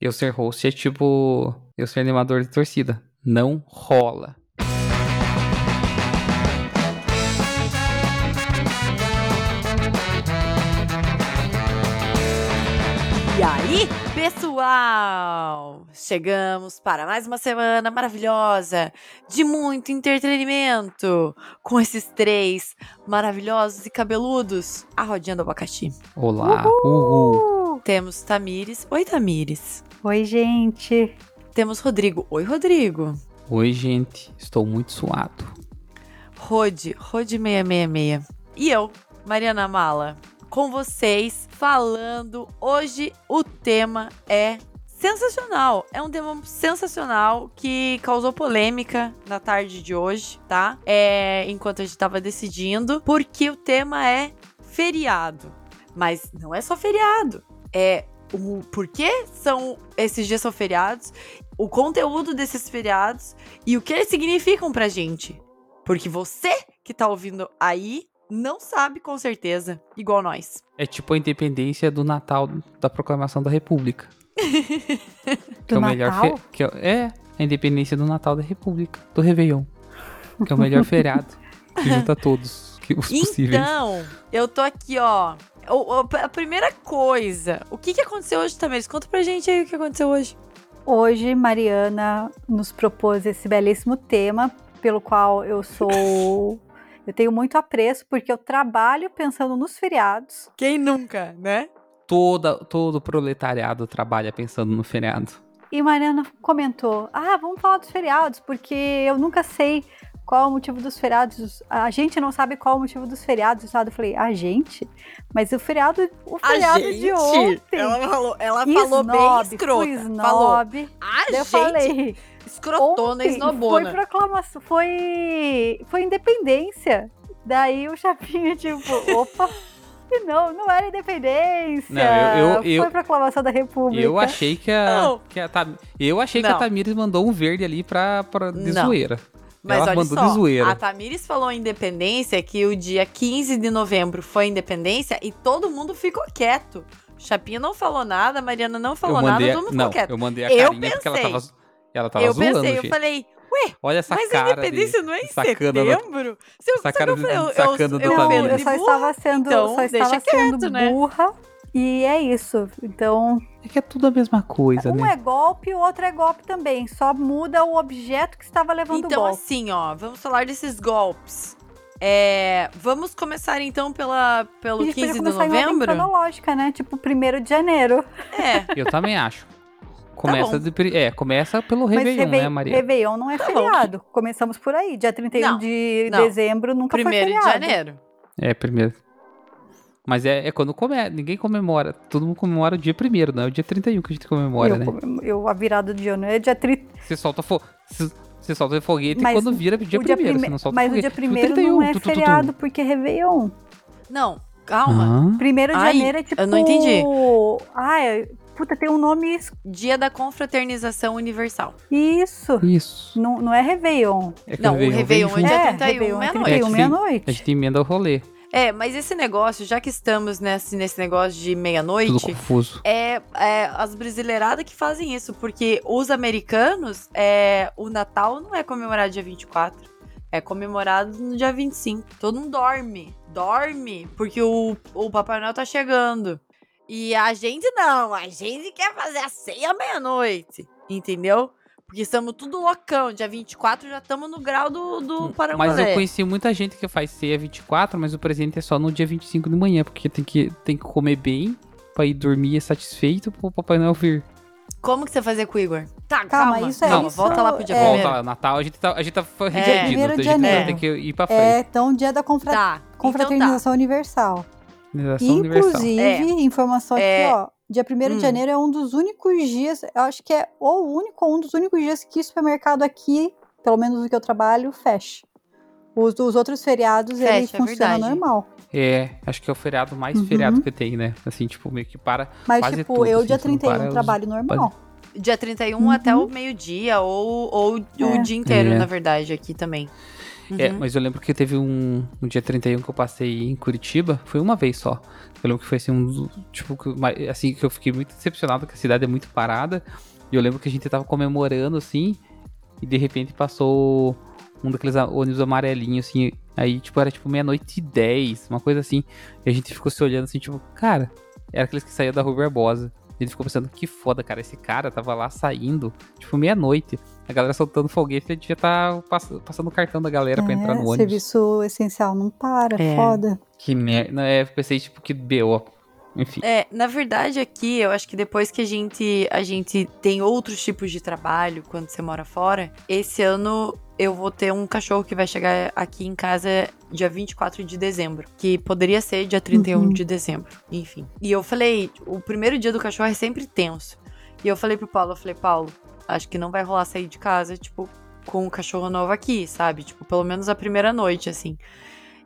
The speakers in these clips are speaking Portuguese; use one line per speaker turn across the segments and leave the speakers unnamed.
Eu ser host é tipo eu ser animador de torcida. Não rola.
E aí, pessoal? Chegamos para mais uma semana maravilhosa de muito entretenimento com esses três maravilhosos e cabeludos. A rodinha do abacaxi.
Olá, uhul.
Temos Tamires. Oi, Tamires.
Oi, gente.
Temos Rodrigo. Oi, Rodrigo.
Oi, gente. Estou muito suado.
Rode, Rode666. E eu, Mariana Mala, com vocês falando. Hoje o tema é sensacional. É um tema sensacional que causou polêmica na tarde de hoje, tá? É, enquanto a gente tava decidindo, porque o tema é feriado. Mas não é só feriado. É o porquê são esses dias são feriados, o conteúdo desses feriados e o que eles significam pra gente. Porque você que tá ouvindo aí não sabe com certeza, igual nós.
É tipo a independência do Natal da Proclamação da República. que é o melhor fe- que é, é, a independência do Natal da República, do Réveillon. Que é o melhor feriado. Que junta todos que os possíveis.
Então, eu tô aqui, ó. O- o- a primeira coisa, o que, que aconteceu hoje, Tamires? Conta pra gente aí o que aconteceu hoje.
Hoje, Mariana nos propôs esse belíssimo tema, pelo qual eu sou. Eu tenho muito apreço, porque eu trabalho pensando nos feriados.
Quem nunca, né?
Toda, todo proletariado trabalha pensando no feriado.
E Mariana comentou: Ah, vamos falar dos feriados, porque eu nunca sei qual é o motivo dos feriados. A gente não sabe qual é o motivo dos feriados. sabe? Eu falei: A gente? Mas o feriado, o feriado de ontem.
Ela falou, ela
Ih,
falou bem
snob, fui
escrota.
Snob.
Falou.
Daí
A
Eu
gente
falei.
escrotona,
Ontem Foi
esnobona.
proclamação, foi, foi independência. Daí o Chapinha, tipo, opa, e não, não era independência.
Não, eu- eu- eu-
foi proclamação da República.
Eu achei que a,
Não.
que a Tam- eu achei que a
Não.
Tamires mandou um verde ali pra, pra de
Não.
zoeira.
Mas
ela
olha
mandou de
só,
zoeira.
a Tamires falou em independência que o dia 15 de novembro foi independência e todo mundo ficou quieto. Chapinha não falou nada, Mariana não falou
eu
nada,
mandei,
todo mundo
não,
ficou quieto.
eu mandei a
Eu
carinha porque ela tava, ela tava
eu
zoando,
pensei,
gente.
eu falei,
Olha essa
mas a
cara de-
independência não é em
sacana da-
setembro? Se eu,
essa
só que
cara
eu
de-
falei, eu,
sacana
eu,
da
eu,
não,
Tamires.
eu
eu só
burra,
estava sendo,
então
só estava
deixa quieto,
sendo
né?
burra. E é isso. Então,
É que é tudo a mesma coisa,
um
né?
é golpe, o outro é golpe também. Só muda o objeto que estava levando o
Então,
golpe.
assim, ó, vamos falar desses golpes. É, vamos começar então pela,
A
pelo
gente podia
15 de
começar em ordem
novembro?
cronológica, né? Tipo, primeiro de janeiro.
É,
Eu também acho. Começa,
Tá bom.
de pri- é, começa pelo Réveillon,
Reve-
né, Maria?
Réveillon não é
Tá bom.
feriado. Começamos por aí. Dia 31
Não,
de
não.
dezembro nunca
primeiro
foi
de
feriado.
janeiro.
É, primeiro. Mas é, é quando começa. Ninguém comemora. Todo mundo comemora o dia primeiro, não é o dia 31 que a gente comemora,
eu,
né?
eu- a virada de ano é dia 30.
Você solta, fo... você- você solta foguete
Mas
quando vira dia
o dia
primeiro.
prime-
Você não solta
Mas o
foguete.
dia primeiro não é
um, tu, tu, tu, tu.
feriado, porque é Réveillon.
Não, calma.
Hã?
Primeiro de
Ai,
janeiro é tipo.
eu não entendi.
Ah, é- puta, tem um nome. es-
Dia da Confraternização Universal.
Isso.
Isso.
Não, não é Réveillon.
É que
Não, o
vem
Réveillon
junto.
é dia
é,
31,
Réveillon é
meia-noite.
31,
É, sim. A
meia-noite.
gente emenda o rolê.
É, mas esse negócio, já que estamos nesse, nesse negócio de
Tudo
meia-noite,
confuso.
é, é as brasileiradas que fazem isso, porque os americanos, é, o Natal não é comemorado dia 24, é comemorado no dia 25. Todo mundo dorme, dorme, porque o, o Papai Noel tá chegando. E a gente não, a gente quer fazer a ceia à meia-noite, entendeu? Porque estamos tudo loucão, dia 24 já estamos no grau do, do Paramolé.
Hum, Mas eu conheci muita gente que faz ceia 24, mas o presente é só no dia 25 de manhã, porque tem que, tem que comer bem pra ir dormir é satisfeito pro Papai Noel vir.
Como que você fazia com o Igor? Tá,
Calma, isso é
Não,
isso
volta lá pro dia
é-
Volta
primeiro.
lá, Natal, a gente tá, a gente tá regredindo,
Primeiro
a
de
gente ainda
janeiro.
tem que ir pra frente.
É, então, dia da confra-
Tá, então tá.
confraternização universal.
Organização universal.
Inclusive,
É.
informação aqui,
É.
ó. Dia 1
Hum.
de janeiro é um dos únicos dias, eu acho que é ou o único ou um dos únicos dias que supermercado aqui, pelo menos no que eu trabalho, fecha. Os, os outros feriados,
Fecha,
ele
é
funciona
verdade.
normal.
É, acho que é o feriado mais
Uhum.
feriado que tem, né? Assim, tipo, meio que para.
Mas,
Quase
tipo,
tudo,
eu
assim,
dia
você não
31
para os-
trabalho normal.
Dia 31
Uhum.
até o meio-dia, ou, ou o
É.
dia inteiro,
É.
na verdade, aqui também. Uhum.
É, mas eu lembro que teve um, um dia 31 que eu passei em Curitiba, foi uma vez só. Eu lembro que foi assim, um, dos- tipo, que- mas, assim, que eu fiquei muito decepcionado, que a cidade é muito parada. E eu lembro que a gente tava comemorando, assim, e de repente passou um daqueles a- ônibus amarelinhos, assim. Aí, tipo, era tipo meia-noite e dez, uma coisa assim. E a gente ficou se olhando, assim, tipo, cara, era aqueles que saíam da Rua Barbosa. E a gente ficou pensando, que foda, cara, esse cara tava lá saindo, tipo, meia-noite. A galera soltando foguete, a gente já tá pass- passando o cartão da galera pra
É,
entrar no ônibus.
Serviço essencial não para,
É.
foda.
Que merda. É, eu pensei, tipo, que BO. Enfim.
É, na verdade aqui, eu acho que depois que a gente, a gente tem outros tipos de trabalho quando você mora fora, esse ano eu vou ter um cachorro que vai chegar aqui em casa dia 24 de dezembro, que poderia ser dia 31
Uhum.
de dezembro, enfim. E eu falei, o primeiro dia do cachorro é sempre tenso. E eu falei pro Paulo, eu falei, Paulo, acho que não vai rolar sair de casa, tipo, com o cachorro novo aqui, sabe? Tipo, pelo menos a primeira noite, assim.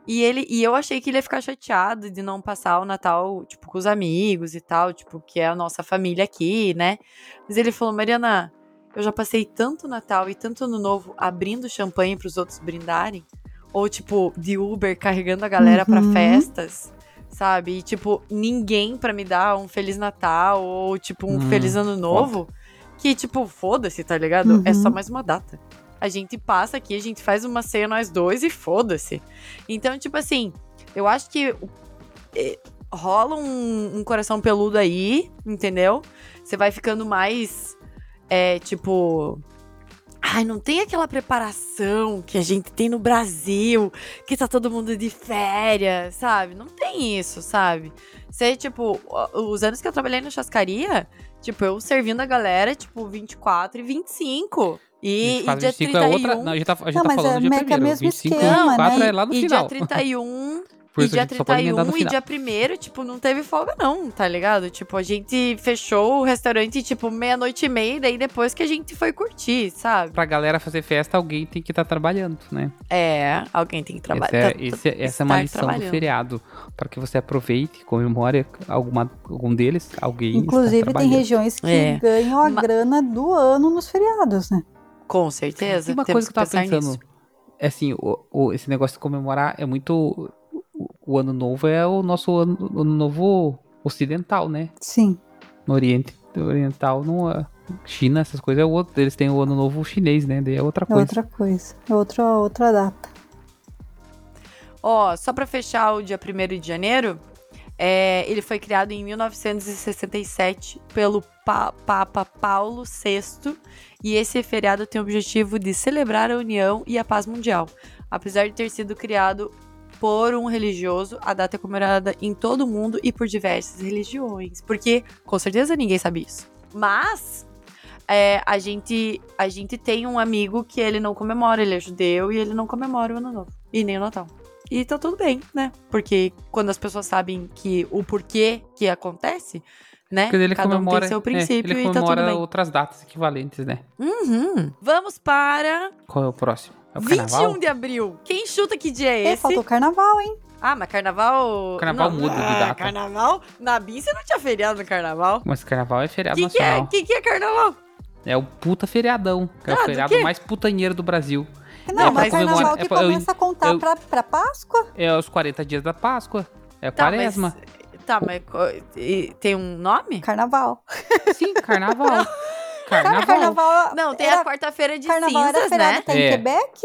E ele e eu achei que ele ia ficar chateado de não passar o Natal, tipo, com os amigos e tal, tipo, que é a nossa família aqui, né? Mas ele falou, Mariana, eu já passei tanto Natal e tanto Ano Novo abrindo champanhe pros outros brindarem, ou tipo, de Uber carregando a galera pra
Uhum.
festas, sabe? E tipo, ninguém pra me dar um feliz Natal ou tipo um
Hum,
feliz Ano Novo, que tipo, foda-se, tá ligado? É só
Uhum.
mais uma data. A gente passa aqui, a gente faz uma ceia nós dois e foda-se. Então, tipo assim, eu acho que eh, rola um, um coração peludo aí, entendeu? Você vai ficando mais, é, tipo... Ai, não tem aquela preparação que a gente tem no Brasil, que tá todo mundo de férias, sabe? Não tem isso, sabe? Você, tipo, o- os anos que eu trabalhei na chascaria, tipo, eu servindo a galera, tipo, 24 e 25. E, e
24,
dia
25 é
31...
outra. Não, a gente tá, a gente
Não,
tá
mas
falando
é
dia
meio que é
primeiro.
mesmo
25 e
esquema,
24
né?
é lá no
e
final.
dia 31,
Por
e
isso a
dia
gente só pode emendar no
31 e
final.
dia 1 tipo, não teve folga não, tá ligado? Tipo, a gente fechou o restaurante, tipo, meia-noite e meia, e daí depois que a gente foi curtir, sabe?
Pra galera fazer festa, alguém tem que estar trabalhando, né?
É, alguém tem que trabalhar.
Essa é,
tá-
esse é- essa é uma
estar
lição do
trabalhando.
feriado. Pra que você aproveite, comemore alguma, algum deles, alguém. está
Inclusive, tem
trabalhando.
regiões que
É.
ganham a
Ma-
grana do ano nos feriados, né?
Com
E
certeza.
uma
temos
coisa que eu tava
pensar
pensando,
nisso.
é assim, o- o- esse negócio de comemorar é muito. o- O ano novo é o nosso ano, ano novo ocidental, né?
Sim.
no Oriente no Oriental, não é. China, essas coisas é outro. Eles têm o ano novo chinês, né? Daí é outra
É
coisa.
outra coisa. É outra, outra data.
Ó, só pra fechar o dia 1 de janeiro, é, ele foi criado em 1967 pelo Pa- Papa Paulo VI. E esse feriado tem o objetivo de celebrar a união e a paz mundial. Apesar de ter sido criado por um religioso, a data é comemorada em todo o mundo e por diversas religiões. Porque, com certeza, ninguém sabe isso. Mas. é, a, gente, a gente tem um amigo que ele não comemora, ele é judeu e ele não comemora o Ano Novo. E nem o Natal. E tá tudo bem, né? Porque quando as pessoas sabem que o porquê que acontece, né?
Porque daí ele
Cada um
comemora,
tem seu
é,
princípio
ele
e tá tudo
comemora
bem.
outras datas equivalentes, né?
Uhum. Vamos para
Qual é o próximo? É o
21
carnaval?
de abril. Quem chuta que dia é
É,
esse?
faltou carnaval, hein?
Ah, mas carnaval.
Carnaval
não.
muda de
Ah,
data.
Carnaval? Na BIM você não tinha feriado no carnaval?
Mas carnaval é feriado
Que que é?
nacional.
Que que é carnaval?
é? o puta feriadão. Que é
Ah,
o
do
feriado
quê?
mais putanheiro do Brasil.
Não,
É,
mas
mas
carnaval
comemora-
que
é pra- eu-
começa a contar
eu-
pra, pra Páscoa?
É os 40 dias da Páscoa. É a quaresma.
Tá, Mas, tá, mas co- e- tem um nome?
Carnaval.
Sim, carnaval.
Cara,
carnaval.
carnaval.
Não, tem
era,
a quarta-feira de
Carnaval era
cinzas,
feriado
né?
até em
É.
Quebec?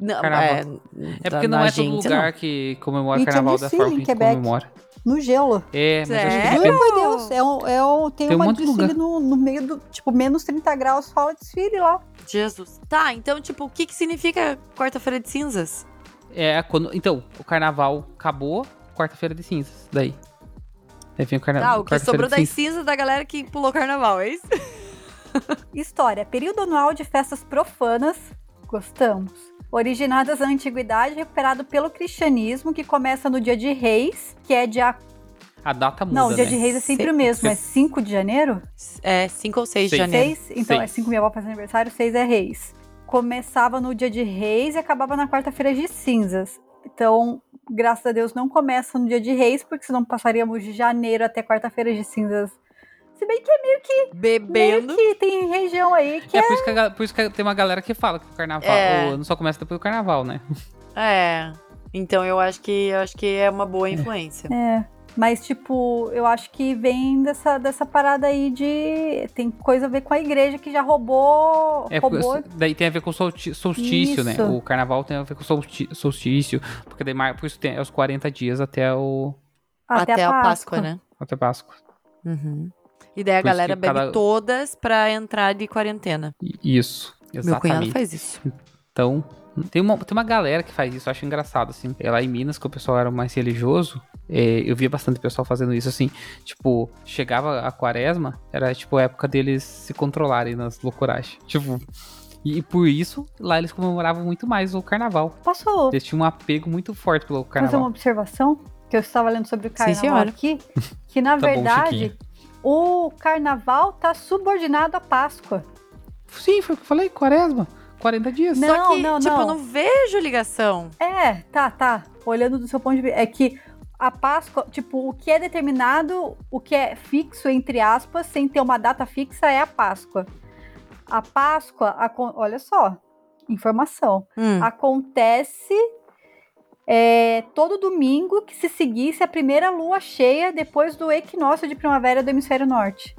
Não,
Carnaval. É porque não
na
é todo
gente,
lugar que comemora
Em
carnaval da
Tennessee,
forma que
em
a gente
Quebec.
comemora.
No gelo.
É, mas acho que
Sério?
depende.
Meu Deus, é um, é um, tem,
Tem um
uma
monte de
desfile
lugar.
no, no meio do, tipo, menos 30 graus, rola desfile lá.
não. Jesus. Tá, então, tipo, o que que significa quarta-feira de cinzas?
É, quando. Então, o carnaval acabou, quarta-feira de cinzas. Daí. Aí vem o carnaval.
Tá, o que sobrou das cinzas da galera que pulou carnaval, é isso?
História: período anual de festas profanas, gostamos. Originadas na antiguidade, recuperado pelo cristianismo, que começa no dia de Reis, que é dia.
A data muda.
Não, dia
né?
de Reis é sempre
Sei-
o mesmo,
sei-
é 5 de janeiro?
É, 5 ou 6 de
Seis.
janeiro.
6? Então é
Seis.
5 minha avó faz aniversário, 6 é Reis. Começava no dia de Reis e acabava na quarta-feira de cinzas. Então, graças a Deus, não começa no dia de Reis, porque senão passaríamos de janeiro até quarta-feira de cinzas Se bem que é meio que,
Bebendo.
meio que tem região aí que
É
é.
por isso, que a ga- por isso que tem uma galera que fala que o carnaval
É.
o ano só começa depois do carnaval, né?
É. Então eu acho que eu acho que é uma boa influência.
é. Mas, tipo, eu acho que vem dessa, dessa parada aí de. Tem coisa a ver com a igreja que já roubou.
É, porque
roubou
daí tem a ver com o solti- solstício, né?
Isso.
O carnaval tem a ver com o solti- solstício, porque daí mar- por isso tem é os 40 dias até o
até, a Páscoa,
né?
até Páscoa.
Uhum. E daí a
Por isso
galera
que
bebe
cada-
todas pra entrar de quarentena.
I- Isso.
Meu cunhado
Exatamente.
faz isso.
Então, tem uma, tem uma galera que faz isso, eu acho engraçado, assim. É Lá em Minas, que o pessoal era mais religioso, é, eu via bastante pessoal fazendo isso, assim. Tipo, chegava a quaresma, era, tipo, a época deles se controlarem nas loucuragens. Tipo, e, e por isso, lá eles comemoravam muito mais o carnaval.
Posso
Eles tinham um apego muito forte pelo
fazer é uma
carnaval.
observação? Que eu estava lendo sobre o carnaval
senhora.
aqui. Que, na
Tá bom,
verdade,
Chiquinha.
o carnaval tá subordinado à Páscoa.
Sim, foi o que eu falei, quaresma. 40 dias.
Não.
Só que, tipo,
não.
eu não vejo ligação.
É, tá, tá. Olhando do seu ponto de vista. É que a Páscoa, tipo, o que é determinado, o que é fixo, entre aspas, sem ter uma data fixa, é a Páscoa. A Páscoa, acon- olha só, informação.
Hum.
Acontece é, todo domingo que se seguisse a primeira lua cheia depois do equinócio de primavera do hemisfério norte.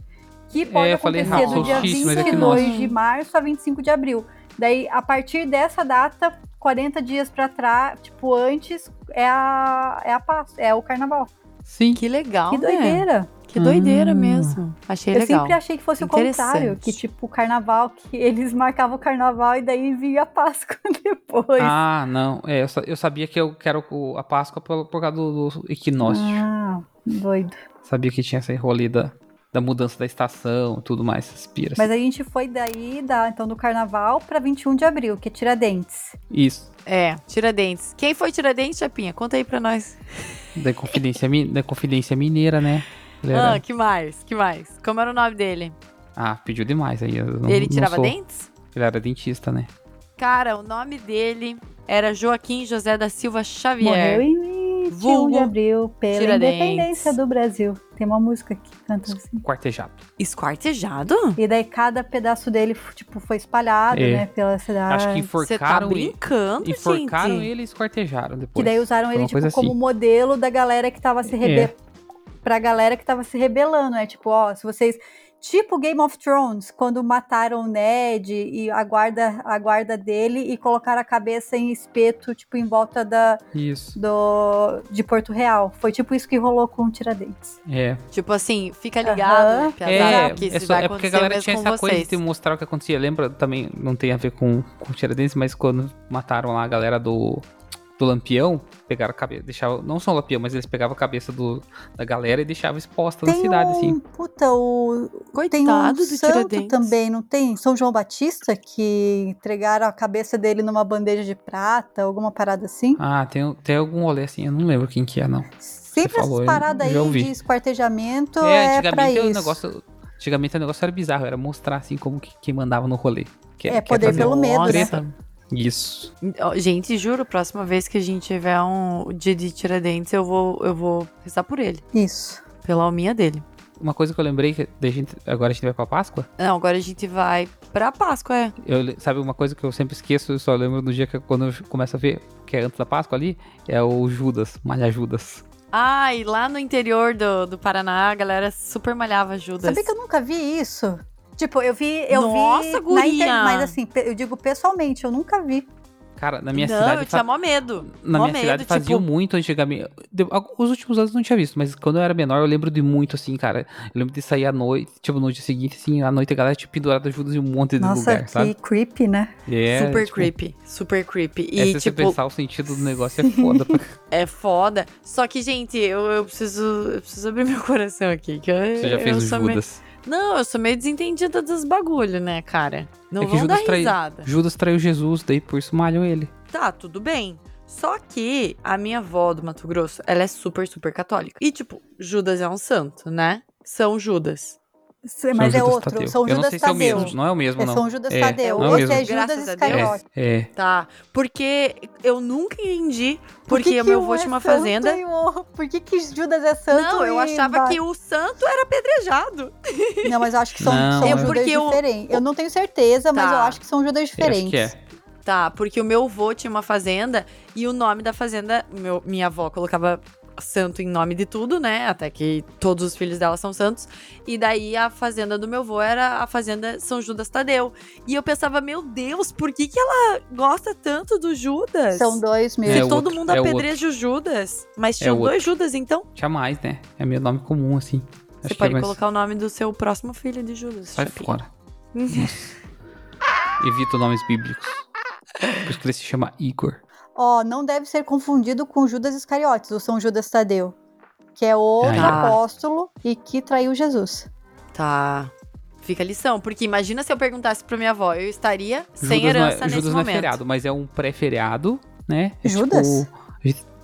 Que pode
É, eu falei
acontecer
errado,
do dia
solstício, mas
22
equinócio.
de março a 25 de abril. Daí, a partir dessa data, 40 dias pra trás, tipo, antes, é a, é a Páscoa, é o carnaval.
Sim.
Que legal,
que
né?
doideira!
Que doideira
Hum.
mesmo. Achei
eu
legal.
sempre achei que fosse o
Interessante.
contrário, que tipo, o carnaval, que eles marcavam o carnaval e daí vinha a Páscoa depois.
Ah, não. É, eu, sa- eu sabia que eu quero o- a Páscoa por, por causa do, do equinócio.
Ah, doido.
Sabia que tinha essa rolê da, da mudança da estação e tudo mais, essas piras.
Mas a gente foi daí, da, então, do carnaval pra 21 de abril, que é Tiradentes.
Isso.
É, Tiradentes. Quem foi Tiradentes, Chapinha? Conta aí pra nós.
Da Confidência, Mi- da Confidência Mineira, né? Ele
Ah,
era-
que mais? Que mais? Como era o nome dele?
Ah, pediu demais aí. eu não-
Ele
não
tirava
sou-
dentes?
Ele era dentista, né?
Cara, o nome dele era Joaquim José da Silva
Morreu
Xavier.
em 21 de
Vulgo
abril, pela
Tiradentes.
independência do Brasil. Tem uma música que canta assim.
Quartejado.
Esquartejado?
E daí cada pedaço dele, f- tipo, foi espalhado,
É.
né, pela cidade.
Acho que
Você tá
enforcaram ele.
brincando,
Enforcaram
gente.
ele e esquartejaram depois.
Que daí usaram
Foi
ele,
uma
tipo,
coisa
como
assim. É.
modelo da galera que tava se rebelando. Pra galera que tava se rebelando, é tipo, ó, se vocês. Tipo Game of Thrones, quando mataram o Ned e a guarda, a guarda dele e colocaram a cabeça em espeto, tipo, em volta da,
Isso.
do, de Porto Real. Foi tipo isso que rolou com o Tiradentes.
É.
Tipo assim, fica
Aham.
ligado, piada,
É,
que
é,
isso
só-
vai
é porque a
acontecer
galera
mesmo
tinha
com
essa coisa
vocês.
de um mostrar o que acontecia. Lembra também, não tem a ver com, com Tiradentes, mas quando mataram lá a galera do, do Lampião, pegaram a cabeça, deixavam, não só o Lampião, mas eles pegavam a cabeça do, da galera e deixavam exposta na cidade,
um,
assim.
puta, o, tem um
Coitado do
santo
Tiradentes.
também, não tem? São João Batista, que entregaram a cabeça dele numa bandeja de prata, alguma parada assim.
Ah, tem, tem algum rolê assim, eu não lembro quem que é, não.
Sempre
Você falou,
essas
eu
paradas
já
aí
ouvi.
de esquartejamento
é,
é, pra
antigamente
isso.
o negócio. Antigamente o negócio era bizarro, era mostrar assim como que, quem mandava no rolê. Quer-
É,
quer
poder
fazer
pelo
uma
medo, né?
treta? Isso.
Ó, Gente, juro, próxima vez que a gente tiver um dia de Tiradentes, eu vou, eu vou rezar por ele.
Isso.
Pela alminha dele.
Uma coisa que eu lembrei, que daí a gente- agora a gente vai pra Páscoa.
Não, agora a gente vai pra Páscoa, é.
Eu, le- sabe uma coisa que eu sempre esqueço, eu só lembro do dia que eu- quando eu começo a ver, que é antes da Páscoa ali, é o Judas, malha Judas.
Ah, e lá no interior do, do Paraná, a galera super malhava Judas.
Sabia que eu nunca vi isso? Tipo, eu vi, eu vi
Nossa,
na
guria!
internet, mas assim, pe- eu digo pessoalmente, eu nunca vi.
Cara, na minha
Não,
cidade. fa-
eu tinha mó medo.
Na
mó
minha
medo,
cidade faziam
tipo,
muito antigamente. De- al- Os últimos anos eu não tinha visto, mas quando eu era menor eu lembro de muito, assim, cara. Eu lembro de sair à noite, tipo, no dia seguinte, assim, à noite a galera tinha pendurado Judas em um monte de
Nossa,
lugar,
que
sabe?
creepy, né?
É,
super
tipo,
creepy, super creepy.
É, se
E
você
tipo,
pensar o sentido do negócio é foda. pra-
é foda. Só que, gente, eu, eu preciso, eu preciso abrir meu coração aqui. Que eu,
Você já
eu
fez o
sou meio-
Judas.
Não, eu sou meio desentendida dos bagulho, né, cara? Não
É que
vão
Judas
dar
trai-
risada.
Judas traiu Jesus, daí por isso malhou ele.
Tá, tudo bem. Só que a minha avó do Mato Grosso, ela é super, super católica. E, tipo, Judas é um santo, né? São Judas.
Mas é
Judas
outro,
Tadeu.
São
eu não
Judas
sei se é o
Tadeu.
mesmo, não é o mesmo,
É
não.
um
São Judas
É,
Tadeu.
não é o
Esse é
mesmo.
Judas
Graças a Deus.
Iscariote.
É, é.
Tá. Porque eu nunca entendi
Por
porque
que
o meu
um
avô
é
tinha uma
santo
fazenda.
e o outro- Por que, que Judas é santo?
Não, eu
e
achava
ba-
que o santo era apedrejado.
Não, mas eu acho que são,
Não,
são
é
Judas
porque o-
diferentes. Eu... não tenho certeza, mas
Tá.
eu acho que são Judas
Eu Acho
diferentes.
que é.
Tá, porque o meu avô tinha uma fazenda e o nome da fazenda, meu, minha avó colocava santo em nome de tudo, né? Até que todos os filhos dela são santos. E daí a fazenda do meu avô era a fazenda São Judas Tadeu. E eu pensava, meu Deus, por que, que ela gosta tanto do Judas?
São dois
Se
É,
mesmo.
o
todo
outro,
mundo
é o
apedreja o Judas, mas
É
tinham
o
dois Judas, então
Tinha mais, né? É meu nome comum, assim. Acho
você
que é
pode
mais-
colocar o nome do seu próximo filho de Judas.
Sai
Chapinha.
fora. Nossa. Evita nomes bíblicos. Por isso que ele se chama Igor.
Ó, não deve ser confundido com Judas Iscariotes, o São Judas Tadeu. Que é outro
Ah.
Tá.
apóstolo e que traiu Jesus.
Tá. Fica a lição, porque imagina se eu perguntasse pra minha avó, eu estaria sem
Judas não é-
herança nesse
Judas não é
momento.
feriado, mas é um pré-feriado, né? É
Judas?
Tipo...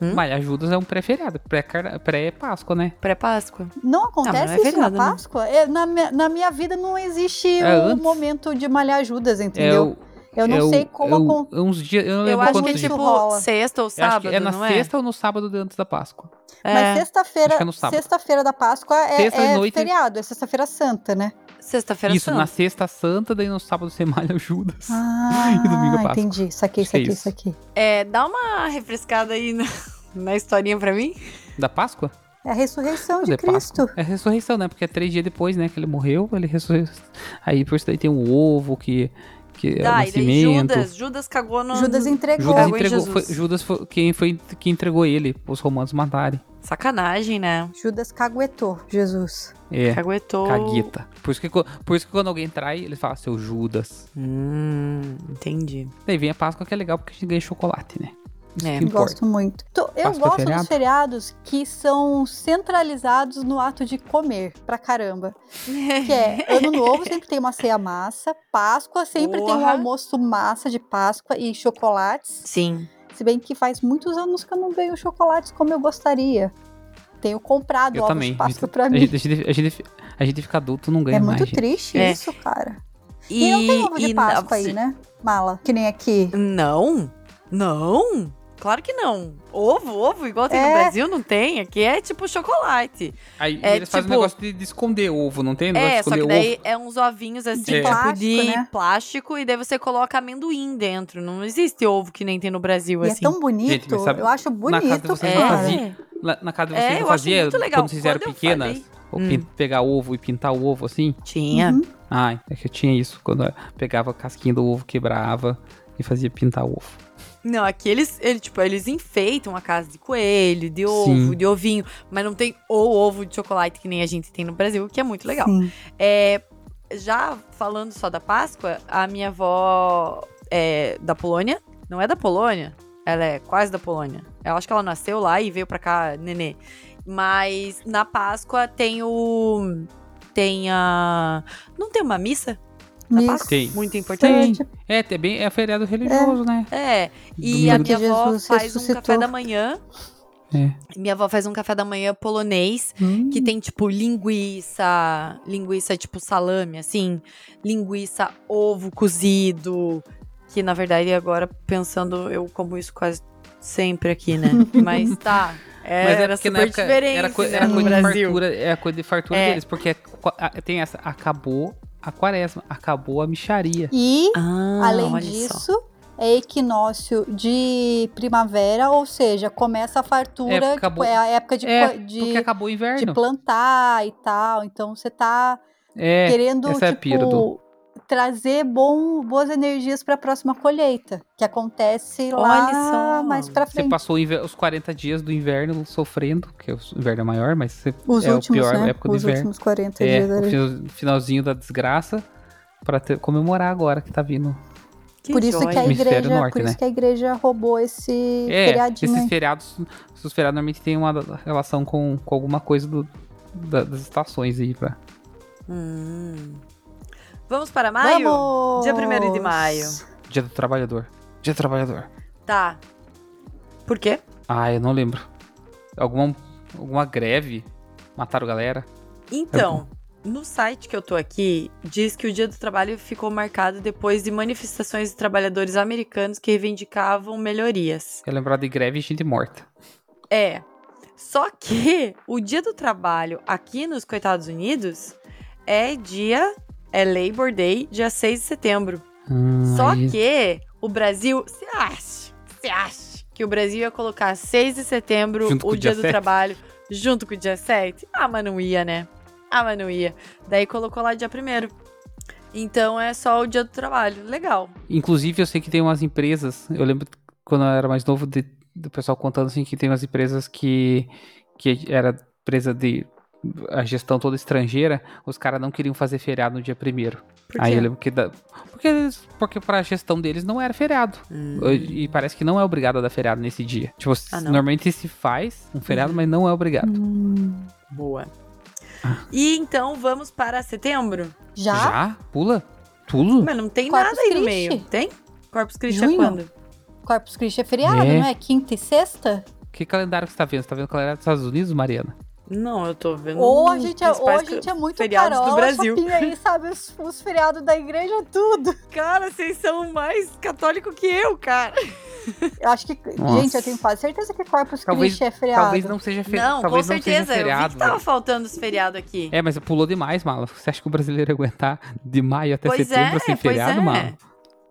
Hum?
Mas a Judas é um pré-feriado, pré-car- pré-Páscoa, né?
Pré-Páscoa. mas
Não
não
acontece
é
isso na
feriado, né?
Páscoa? É, na, minha, na minha vida não existe
É
um
antes.
momento de malhar Judas,
É o,
entendeu? eu não
é o-
sei como
é o-
acon-
é uns dias, eu não
Eu
lembro
acho que
quantos
é
dias.
tipo
rola.
sexta
Eu
ou
acho
sábado,
que é na
não
sexta ou no sábado de antes da Páscoa.
é?
Mas sexta-feira
Acho que é no sábado.
sexta-feira da Páscoa é,
Sexta
é
noite-
feriado, é sexta-feira santa, né?
É, sexta-feira
Isso,
santa.
na sexta santa, daí no sábado você malha o Judas.
Ah,
E domingo é Páscoa.
entendi. Saquei,
Acho que é
saquei,
isso.
saquei.
É, dá uma refrescada aí na, na historinha pra mim.
Da Páscoa?
É a ressurreição
Mas
de
é Páscoa.
Cristo.
É ressurreição, né? Porque é três dias depois, né? Que ele morreu, ele ressurreiu. Aí por isso daí tem o ovo, que, que é o
Tá, e daí
nascimento.
Judas, Judas cagou no...
Judas entregou.
Judas
Cagou em
entregou,
Jesus.
foi- Judas foi quem foi que entregou ele, os romanos matarem.
Sacanagem, né?
Judas caguetou Jesus.
É,
Caguetou.
cagueta. Por isso, que, co- por isso que quando alguém trai, eles falam, seu Judas.
Hum, entendi.
Daí vem a Páscoa que é legal porque a gente ganha chocolate, né? Isso
É.
que importa.
Gosto muito. Tô-
Páscoa
eu
é
gosto
feriado?
dos feriados que são centralizados no ato de comer, pra caramba. Que é Ano Novo sempre tem uma ceia massa, Páscoa sempre tem um
Porra.
almoço massa de Páscoa e chocolates.
Sim.
Se bem que faz muitos anos que eu não ganho chocolates como eu gostaria. Tenho comprado
Eu
ovos
também.
de Páscoa pra
A
mim.
gente, a, gente, a, gente, a gente fica adulto não ganha
É
mais.
muito
gente.
triste
É.
isso, cara.
E,
E, não tem ovo de
e Tipo na-
Páscoa aí, né? Mala. Que nem aqui.
Não? Não? Claro que não. Ovo, ovo, igual tem
É.
no Brasil, não tem. Aqui é tipo chocolate.
Aí
É,
eles fazem um
tipo-
negócio de, de esconder ovo, não tem? Um Negócio de
É, só
esconder
que
ovo.
daí é uns ovinhos assim,
De
tipo
plástico,
de
né?
plástico, e daí você coloca amendoim dentro. Não existe ovo que nem tem no Brasil,
E é
assim.
tão bonito.
Gente, mas sabe-
eu acho
na casa de
bonito,
vocês
É,
não
cara.
fazia. Lá Na casa de vocês
É,
não
eu acho
fazia
muito legal.
quando vocês eram
Quando eu
pequenas? Ou pin- pegar ovo e pintar o ovo assim?
tinha.
Uhum.
Ai, é que eu tinha isso. Quando eu pegava a casquinha do ovo, quebrava e fazia pintar o ovo.
Não, aqui eles, ele, tipo, eles enfeitam a casa de coelho, de ovo,
Sim.
de ovinho, mas não tem o ovo de chocolate que nem a gente tem no Brasil, que é muito legal.
Sim.
É, já falando só da Páscoa, a minha avó é da Polônia. Não é da Polônia? Ela é quase da Polônia. Eu acho que ela nasceu lá e veio pra cá, nenê. Mas na Páscoa tem o. Tem a. Não tem uma missa? Na
Missa.
Páscoa?
Tem.
Muito importante.
Tem. É, tem bem, é feriado religioso, né?
É. E
Domingo.
a minha avó
Jesus
faz um
ressuscitou.
café da manhã.
É.
Minha avó faz um café da manhã polonês
Hum.
que tem tipo linguiça, linguiça tipo salame, assim, linguiça ovo cozido, que na verdade agora pensando eu como isso quase sempre aqui, né? Mas tá. É,
Mas é
era
porque
super
na época
diferente,
era, coi-
né,
era
no
coisa de
Brasil.
fartura, é a coisa de fartura
É.
deles, porque é qua- a- tem essa, acabou a quaresma, acabou a micharia.
E,
Ah,
além
olha só.
disso, é equinócio de primavera, ou seja, começa a fartura,
É, porque
tipo,
acabou-
é a época de,
é,
co-
porque
de,
acabou o
de
inverno.
tipo,
plantar e tal. Então você tá
é,
querendo,
essa é a pira
tipo,
do-
trazer bom, boas energias pra próxima colheita, que acontece lá
Olha só.
mais pra
você
frente.
passou o inver- os 40 dias do inverno sofrendo, porque o inverno é maior, mas você
Os
é o
últimos,
pior
né?
época do
Os
inverno.
últimos 40
É,
dias.
o
era-
fino- finalzinho da desgraça pra ter- comemorar agora que tá vindo.
Por isso que a
joia. Hemisfério
igreja,
norte,
por
né?
isso que a igreja roubou esse
É,
feriadinho.
esses
aí.
feriados, esses feriados normalmente tem uma relação com, com alguma coisa do- da- das estações aí pra...
Hum. Vamos para maio?
é- Vamos!
Dia 1º de maio.
Dia do Trabalhador. Dia do Trabalhador.
Tá. Por quê?
Ah, eu não lembro. Alguma, alguma greve? Mataram galera?
Então, No site que eu tô aqui, diz que o Dia do Trabalho ficou marcado depois de manifestações de trabalhadores americanos que reivindicavam melhorias.
É lembrado de greve e gente morta.
É. Só que o Dia do Trabalho aqui nos Coitados Unidos é dia. É Labor Day, dia 6 de setembro.
Hum,
Só
aí-
que o Brasil. Você acha? Você acha que o Brasil ia colocar 6 de setembro,
Junto com
o
o dia
dia, do
7?
trabalho, junto com o dia 7? Ah, mas não ia, né? Ah, mas não ia. Daí colocou lá dia 1 Então é só o dia do trabalho. Legal.
Inclusive, eu sei que tem umas empresas. Eu lembro quando eu era mais novo de- do pessoal contando assim que tem umas empresas que, que era empresa de a gestão toda estrangeira, os caras não queriam fazer feriado no dia primeiro.
Por
Aí
quê?
eu lembro que da- porque eles, porque para gestão deles não era feriado.
Hum.
E parece que não é obrigado a dar feriado nesse dia. Tipo,
Ah, não. Uhum.
normalmente se faz um feriado, mas não é obrigado.
Hum,
Boa.
Ah.
E então vamos para setembro?
já?
Pula? Tudo?
Mas não tem
Corpus
nada aí no
Christi.
meio. Tem? Corpus Christi é
Junho?
quando?
Corpus Christi é feriado,
É.
não é? Quinta e sexta?
Que calendário que você tá vendo? Você tá vendo o calendário dos Estados Unidos, Mariana?
Não, eu tô vendo.
Ou a gente é, ou a
principais
gente é muito
Hum, feriados do
carola,
Brasil.
Chopinha aí sabe os, os feriados da igreja, tudo.
Cara, vocês são mais católico que eu, cara.
Eu acho que,
Nossa.
gente, eu tenho quase certeza que Corpus
Talvez-
Christi é feriado.
Talvez não seja feriado.
não, com
talvez não
certeza.
seja feriado.
eu vi que tá tava
velho.
faltando os feriados aqui.
É, mas pulou demais, mala. Você acha que o brasileiro ia aguentar de maio até
Pois
setembro
é,
sem
pois
feriado,
é.
mala?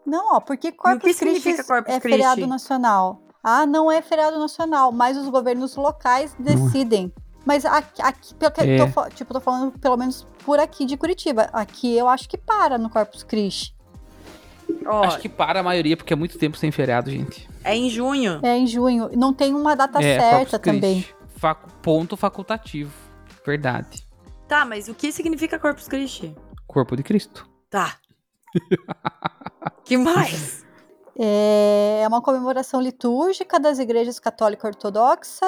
Não, ó, porque Corpus Christi
significa Corpus
é
Christi?
feriado nacional. Ah, não é feriado nacional, mas os governos locais decidem. Mas aqui, aqui pelo que
É.
tô, fa- tipo, tô falando pelo menos por aqui de Curitiba. Aqui eu acho que para no Corpus Christi.
Ó,
Acho que para a maioria, porque é muito tempo sem feriado, gente.
é em junho.
É em junho. E Não tem uma data
é,
Tá certa
Corpus
também.
Christi. Facu- ponto facultativo. Verdade.
Tá, mas o que significa Corpus Christi?
Corpo de Cristo.
Tá. que mais?
É é uma comemoração litúrgica das igrejas católica ortodoxa,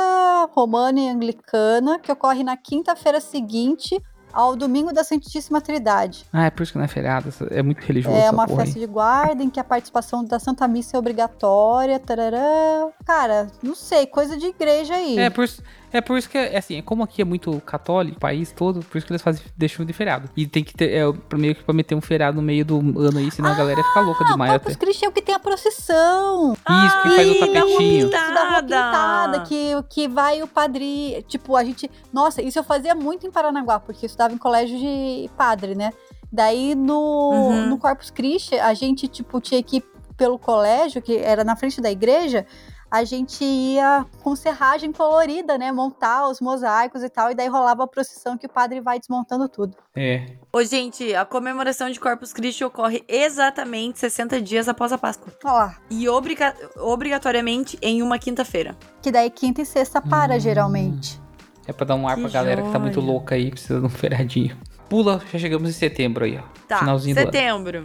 romana e anglicana, que ocorre na quinta-feira seguinte ao domingo da Santíssima Trindade.
Ah, é por isso que não é feriado. essa- É muito religioso
É
essa
uma
porra
festa
aí.
de guarda em que a participação da Santa Missa é obrigatória. Tarará. Cara, não sei, coisa de igreja aí.
É por, isso- é por isso que, é assim, é como aqui é muito católico, o país todo, por isso que eles fazem, deixam de feriado. E tem que ter, é pra meio que pra meter um feriado no meio do ano aí, senão a galera fica louca
Ah,
de
o
maio até.
Corpus Christi é o que tem a procissão.
Isso, que faz o
Ai, da rua
tapetinho.
Isso da rua pintada,
pintada.
que, que vai o padre. Tipo, a gente. Nossa, isso eu fazia muito em Paranaguá, porque eu estudava em colégio de padre, né? Daí no,
Uhum.
no Corpus Christi, a gente, tipo, tinha que ir pelo colégio, que era na frente da igreja, a gente ia com serragem colorida, né? Montar os mosaicos e tal, e daí rolava a procissão que o padre vai desmontando tudo.
É.
Ô, gente, a comemoração de Corpus Christi ocorre exatamente 60 dias após a Páscoa.
Ó lá.
E obriga- obrigatoriamente em uma quinta-feira.
Que daí quinta e sexta para,
Hum.
geralmente.
É pra dar um ar
Que
pra galera que tá muito
joia.
louca aí, precisa de um feriadinho. Pula, já chegamos em setembro aí, ó.
Tá,
Finalzinho do ano.
setembro.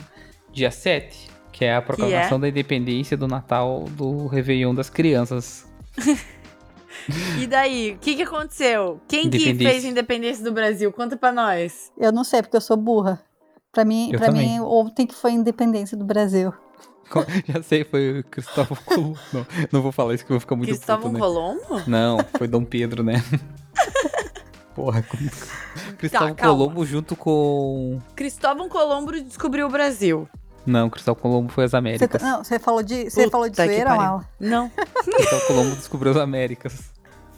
Dia 7, que é a proclamação da independência do Natal do Réveillon das Crianças.
E daí, o que, que aconteceu? Quem que
Independência.
fez a independência do Brasil? Conta pra nós.
Eu não sei, porque eu sou burra. Pra mim,
Eu
pra
também.
mim ontem que foi a independência do Brasil.
já sei, foi o Cristóvão Colombo. Não, não vou falar isso que eu vou ficar muito
Cristóvão
puto, né?
Colombo?
Não, foi Dom Pedro, né? Porra, como... Cristóvão
Tá, calma.
Colombo junto com.
Cristóvão Colombo descobriu o Brasil.
Não, Cristóvão Colombo
tá-
foi as
Você, tá-
Américas.
não, você falou de, você
Puta
falou de
que
zoeira,
pariu.
Mal?
Não.
Cristóvão Colombo descobriu as Américas.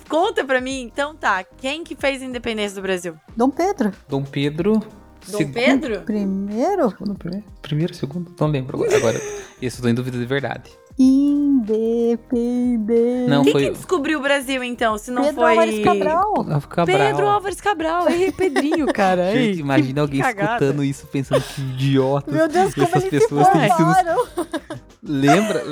Conta pra mim, então tá. Quem que fez a independência do Brasil?
Dom Pedro.
Dom Pedro.
Dom
segu-
Pedro?
Primeiro,
Segundo, primeiro? Primeiro, segundo? Não lembro agora. agora. Isso eu tô em dúvida de verdade.
independente.
Não,
Hum, Quem
foi.
que descobriu o Brasil, então, se não
Pedro
foi...
Álvares Cabral.
Ah, Cabral.
Pedro Álvares Cabral. Ei, Pedrinho, cara. ei,
Gente,
que-
imagina
que
alguém
cagada.
escutando isso pensando que idiotas.
Meu Deus, como
Essas
eles se
pessoas têm ensinos-
formaram.
Lembra,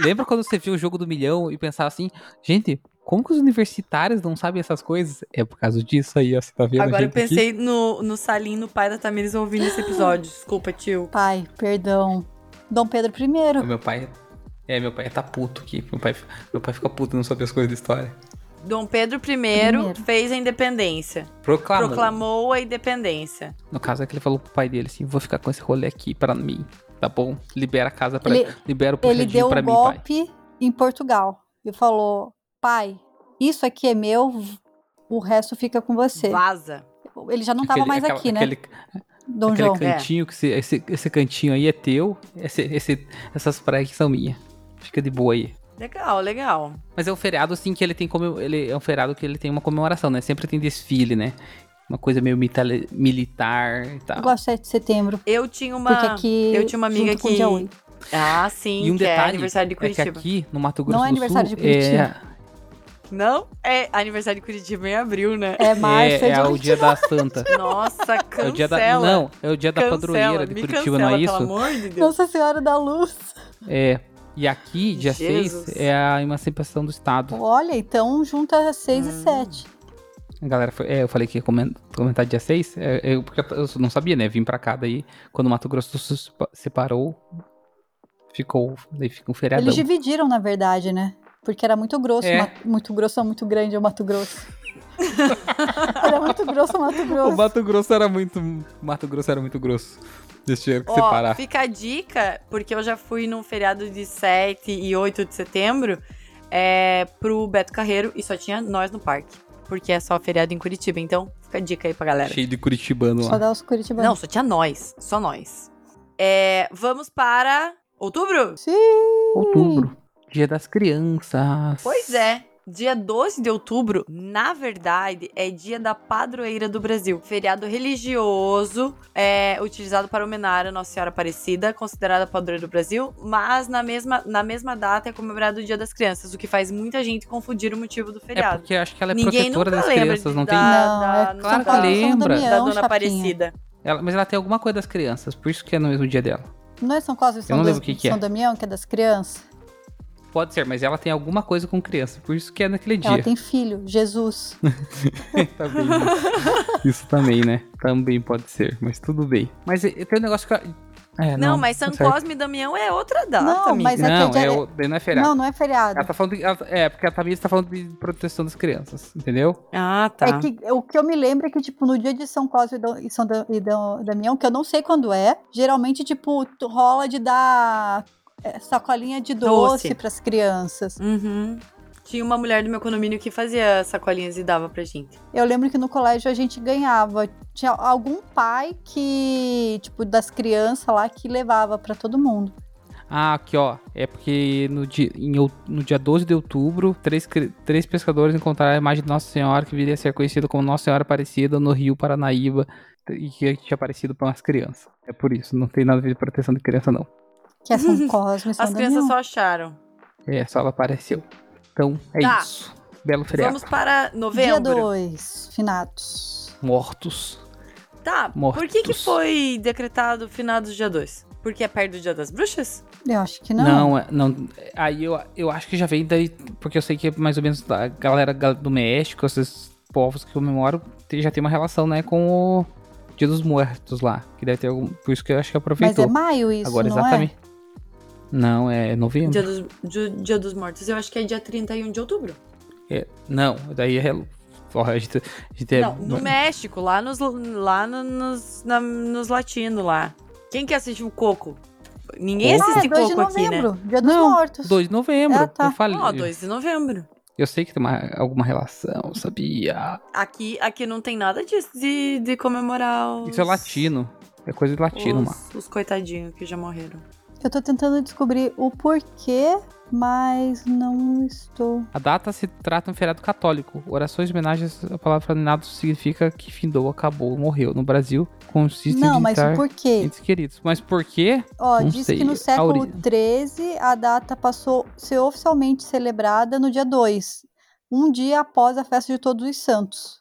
lembra quando você viu o jogo do milhão e pensava assim, gente, como que os universitários não sabem essas coisas? É por causa disso aí, ó, você tá vendo? a
Agora eu
gente aqui?
pensei no, no Salim, no pai da Tamires ouvindo esse episódio. Desculpa, tio.
Pai, perdão. Dom Pedro
O
I.
Meu pai. É, meu pai tá puto aqui. Meu pai, meu pai fica puto e não sabe as coisas da história.
Dom Pedro I
Primeiro.
fez a independência.
Proclamou.
Proclamou a independência.
No caso é que ele falou pro pai dele assim: vou ficar com esse rolê aqui pra mim, tá bom? Libera a casa pra
Ele-
Libera o
Ele
puxadinho
deu
pra
um
mim, pai.
golpe em Portugal. E falou, pai, isso aqui é meu, o resto fica com você.
Vaza.
ele já não estava mais
aquela-
aqui, né?
aquele-
Dom
aquele
João. É.
cantinho, que se- esse, esse cantinho aí é teu, esse, esse- essas praias aqui são minhas. Fica de boa aí.
Legal, legal.
Mas é um feriado, assim, que ele tem como. Ele, é um feriado que ele tem uma comemoração, né? Sempre tem desfile, né? Uma coisa meio mitale- militar e tal.
Eu gosto de 7 de setembro.
Eu tinha uma.
Porque aqui.
eu tinha uma amiga
junto com
que-
o dia 8.
Ah,
assim,
sim,
E um
que é
detalhe
aniversário de
É que
Curitiba.
aqui, no Mato Grosso
Não é
do
aniversário
Sul,
de Curitiba.
Não? É aniversário de Curitiba em abril, né?
É março,
É, é,
é, dia
o
20.
dia da Santa.
Nossa,
É
cancela.
o dia da, não, é o dia da
cancela,
padroeira de
me
Curitiba,
cancela,
não é
Pelo
isso?
amor de Deus.
Nossa Senhora da Luz.
É. E aqui, dia
Jesus.
6, é a emancipação do Estado.
Olha, então junta 6
Hum,
e 7.
A galera, foi, é, eu falei que ia comen- comentar dia 6, é, eu, porque eu não sabia, né? Vim pra cá, daí, quando o Mato Grosso do Sul se pa- separou, ficou, daí fica um feriadão.
Eles dividiram, na verdade, né? Porque era muito grosso.
É.
Ma- Muito grosso é muito grande o Mato Grosso. era muito grosso o Mato
O
Grosso.
Mato Grosso era muito, o Mato Grosso era muito grosso, eles tiveram que
Ó,
separar.
fica a dica, porque eu já fui num feriado de 7 e 8 de setembro é, pro Beto Carreiro e só tinha nós no parque. Porque é só feriado em Curitiba, então fica a dica aí pra galera.
Cheio de curitibano
Só
lá.
dá os curitibanos.
Não, só tinha nós. Só nós. É, vamos para outubro?
Outubro, dia das crianças.
Pois é. Dia 12 de outubro, na verdade, é dia da padroeira do Brasil. Feriado religioso, é utilizado para homenar a Nossa Senhora Aparecida, considerada padroeira do Brasil, mas na mesma, na mesma data é comemorado o Dia das Crianças, o que faz muita gente confundir o motivo do
É
feriado.
porque eu acho que ela é
Ninguém
protetora
nunca
das
lembra
crianças,
de-
não tem
Não, é
da,
São
Paulo,
da, da,
São
É Damião,
da Dona
Chapinha.
Aparecida.
Ela- mas ela tem alguma coisa das crianças, por isso que é no mesmo dia dela.
Não é São Cosme e São,
não lembro
Dam-
o que que é.
São Damião, que é das crianças?
Pode ser, mas ela tem alguma coisa com criança, por isso que é naquele
Ela
dia.
tem filho, Jesus.
Também, Tá né? isso também, né? Também pode ser, mas tudo bem. Mas e- tem um negócio que. eu- É,
Não, mas São
tá certo.
Cosme e Damião é outra data,
Não,
amiga.
mas é que
Não,
é-
é, o- daí não é feriado.
Não, não é feriado.
Ela tá falando de- ela- é, porque a Tamires tá falando de proteção das crianças, entendeu?
Ah, tá.
É que o que eu me lembro é que, tipo, no dia de São Cosme e Dam- e São Da- e Dam- Damião, que eu não sei quando é, geralmente, tipo, tu- rola de dar é, sacolinha de doce,
Doce.
pras crianças.
Uhum. Tinha uma mulher do meu condomínio que fazia sacolinhas e dava pra gente.
Eu lembro que no colégio a gente ganhava. Tinha algum pai que, tipo, das crianças lá que levava pra todo mundo.
Ah, aqui ó, é porque no dia, em out- no dia 12 de outubro, três, cri- três pescadores encontraram a imagem de Nossa Senhora, que viria a ser conhecida como Nossa Senhora Aparecida, no Rio Paranaíba, e que tinha aparecido para umas crianças. É por isso, não tem nada a ver de proteção de criança, não.
Que é São Cosme e São
As crianças
Damião.
só acharam.
É, só ela apareceu. Então, é
Tá.
isso. Belo feriado.
Vamos para
Dia
novembro.
2, finados.
Mortos.
Tá,
Mortos.
por que, que foi decretado finados dia 2? Porque é perto do dia das bruxas?
Eu acho que não.
Não, é- não, aí eu, eu acho que já vem daí, porque eu sei que é mais ou menos da galera ga- do México, esses povos que comemoram, tem- já tem uma relação, né, com o Dia dos Mortos lá, que deve ter algum, por isso que eu acho que
Mas
aproveitou.
é maio isso,
Agora
não
exatamente. Não, é novembro.
Dia dos, dia, dia dos mortos, eu acho que é dia 31 de outubro.
É, não, daí é ó, a gente, a gente é-
Não, no México, lá nos, lá no- nos, na- nos latinos lá. Quem que assiste o Coco? Ninguém
é? Ah, é
assiste
2 de
Coco aqui, né?
novembro, dia dos
Não,
mortos.
2 de novembro.
Ah, tá.
Eu falei.
Ó, 2 de novembro.
Eu sei que tem uma- alguma relação, sabia?
Aqui, aqui não tem nada disso de, de comemorar os...
Isso é latino. É coisa de latino, mano.
os, os coitadinhos que já morreram.
Eu tô tentando descobrir o porquê, mas não estou.
A data se trata de um feriado católico. Orações, homenagens, a palavra finado significa que findou, acabou, morreu. No Brasil, consiste
não,
em
mas o
visitar
porquê?
entes queridos. Mas por quê?
Ó,
não
diz
sei,
que no século
Aurina.
XIII a data passou a ser oficialmente celebrada no dia 2, um dia após a festa de Todos os Santos.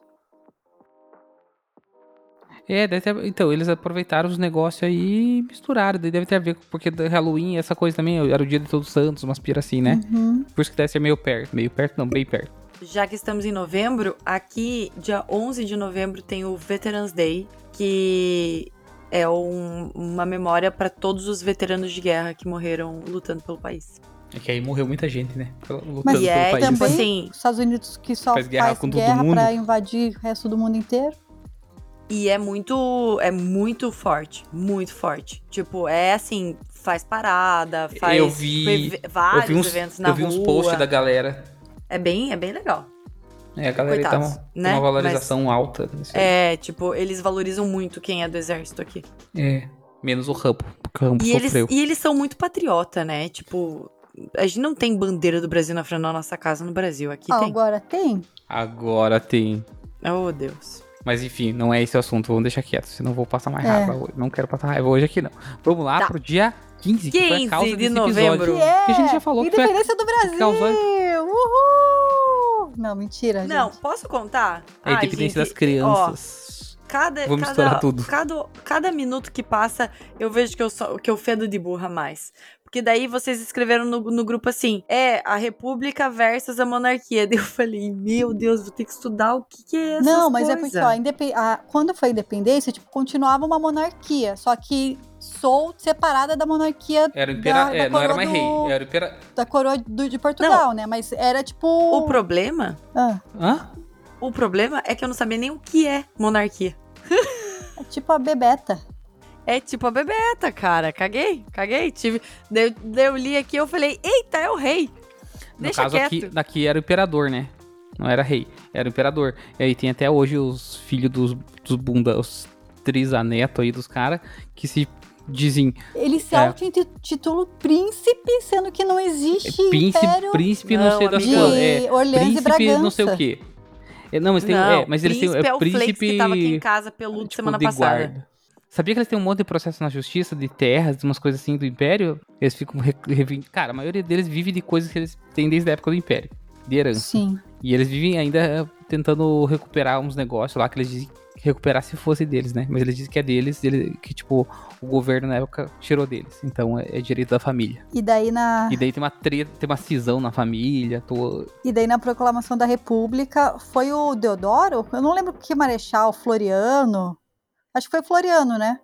É, deve ter- então, eles aproveitaram os negócios aí e misturaram. Daí deve ter a ver, com- porque da- Halloween, essa coisa também, era o dia de todos os santos, umas pira assim,
Hum.
né?
Uhum.
Por isso que deve ser meio perto. Meio perto não, bem perto.
Já que estamos em novembro, aqui, dia 11 de novembro, tem o Veterans Day, que é um- uma memória para todos os veteranos de guerra que morreram lutando pelo país.
É que aí morreu muita gente, né? Lutando
Mas-
e é,
país.
tipo
Também?
assim,
Os Estados Unidos que só
Faz
faz
guerra
guerra,
com todo mundo.
pra invadir o resto do mundo inteiro.
e é muito, é muito forte, muito forte. Tipo, é assim, faz parada, faz
Eu vi-
tipo, eve- vários
eu vi uns,
eventos na
eu vi uns
rua.
posts da galera
É bem, é bem legal.
É, a galera aí tá
Coitados,
uma,
né?
uma valorização alta. nisso aí.
É, tipo, eles valorizam muito quem é do exército aqui.
É. Menos o Rambo, porque o Rambo
E eles,
sofreu.
e eles são muito patriota, né? Tipo, a gente não tem bandeira do Brasil na frente da nossa casa no Brasil. Aqui tem.
Agora tem?
Agora tem.
Oh, Deus.
Mas enfim, não é esse o assunto, vamos deixar quieto, senão eu vou passar mais
É.
raiva hoje. Não quero passar raiva hoje aqui, não. Vamos lá
Tá.
pro dia 15, que foi
15
a causa
de
desse
novembro.
episódio. Que a gente já falou que foi a-
Independência do Brasil!
causou-
Uhul! Não, mentira, gente.
Não, posso contar?
a independência das crianças.
Cada,
Vou
cada-
misturar tudo.
Cada, cada minuto que passa, eu vejo que eu, só, que eu fedo de burra mais. Porque daí vocês escreveram no, no grupo assim: é a república versus a monarquia. Daí eu falei: meu Deus, vou ter que estudar o que, que é essa
Não, mas é porque, ó, indepen- a- quando foi a independência, tipo, continuava uma monarquia, só que sou separada da monarquia
Era impera...
da
é, não era
coroa
mais
do-
rei, era impera...
da coroa do- de Portugal, né? Mas era tipo.
O problema?
Ah,
Hã?
O problema é que eu não sabia nem o que é monarquia.
é tipo a Bebeta.
É tipo a Bebeta, cara. Caguei, caguei. Tive... Daí, daí eu li aqui eu falei, eita, é o rei.
No
Deixa
caso
quieto.
aqui, daqui era o imperador, né? Não era rei, era o imperador. E aí tem até hoje os filhos dos, dos bunda, os trisanetos aí dos caras, que se dizem
Ele se
É.
auto-intitula príncipe, sendo que não existe
É, príncipe,
império
príncipe não,
Não,
sei das
amigo.
coisas.
de
É,
Orleans e
príncipe
Bragança.
não sei o quê. É, não, mas, tem,
não,
é, mas eles têm.
príncipe é o Flakes
príncipe
que tava aqui em casa peludo
tipo,
semana
de
passada.
guarda. Sabia que eles têm um monte de processo na justiça, de terras, de umas coisas assim do Império? Eles ficam. re- revi- Cara, a maioria deles vive de coisas que eles têm desde a época do Império, de herança.
Sim.
E eles vivem ainda é, tentando recuperar uns negócios lá que eles dizem que recuperar se fosse deles, né? Mas eles dizem que é deles, ele- que tipo, o governo na época tirou deles. Então é, é direito da família.
E daí, na,
E daí tem uma treta, tem uma cisão na família, tô,
e daí na proclamação da República foi o Deodoro? Eu não lembro que marechal, Floriano. Acho que foi Floriano, né?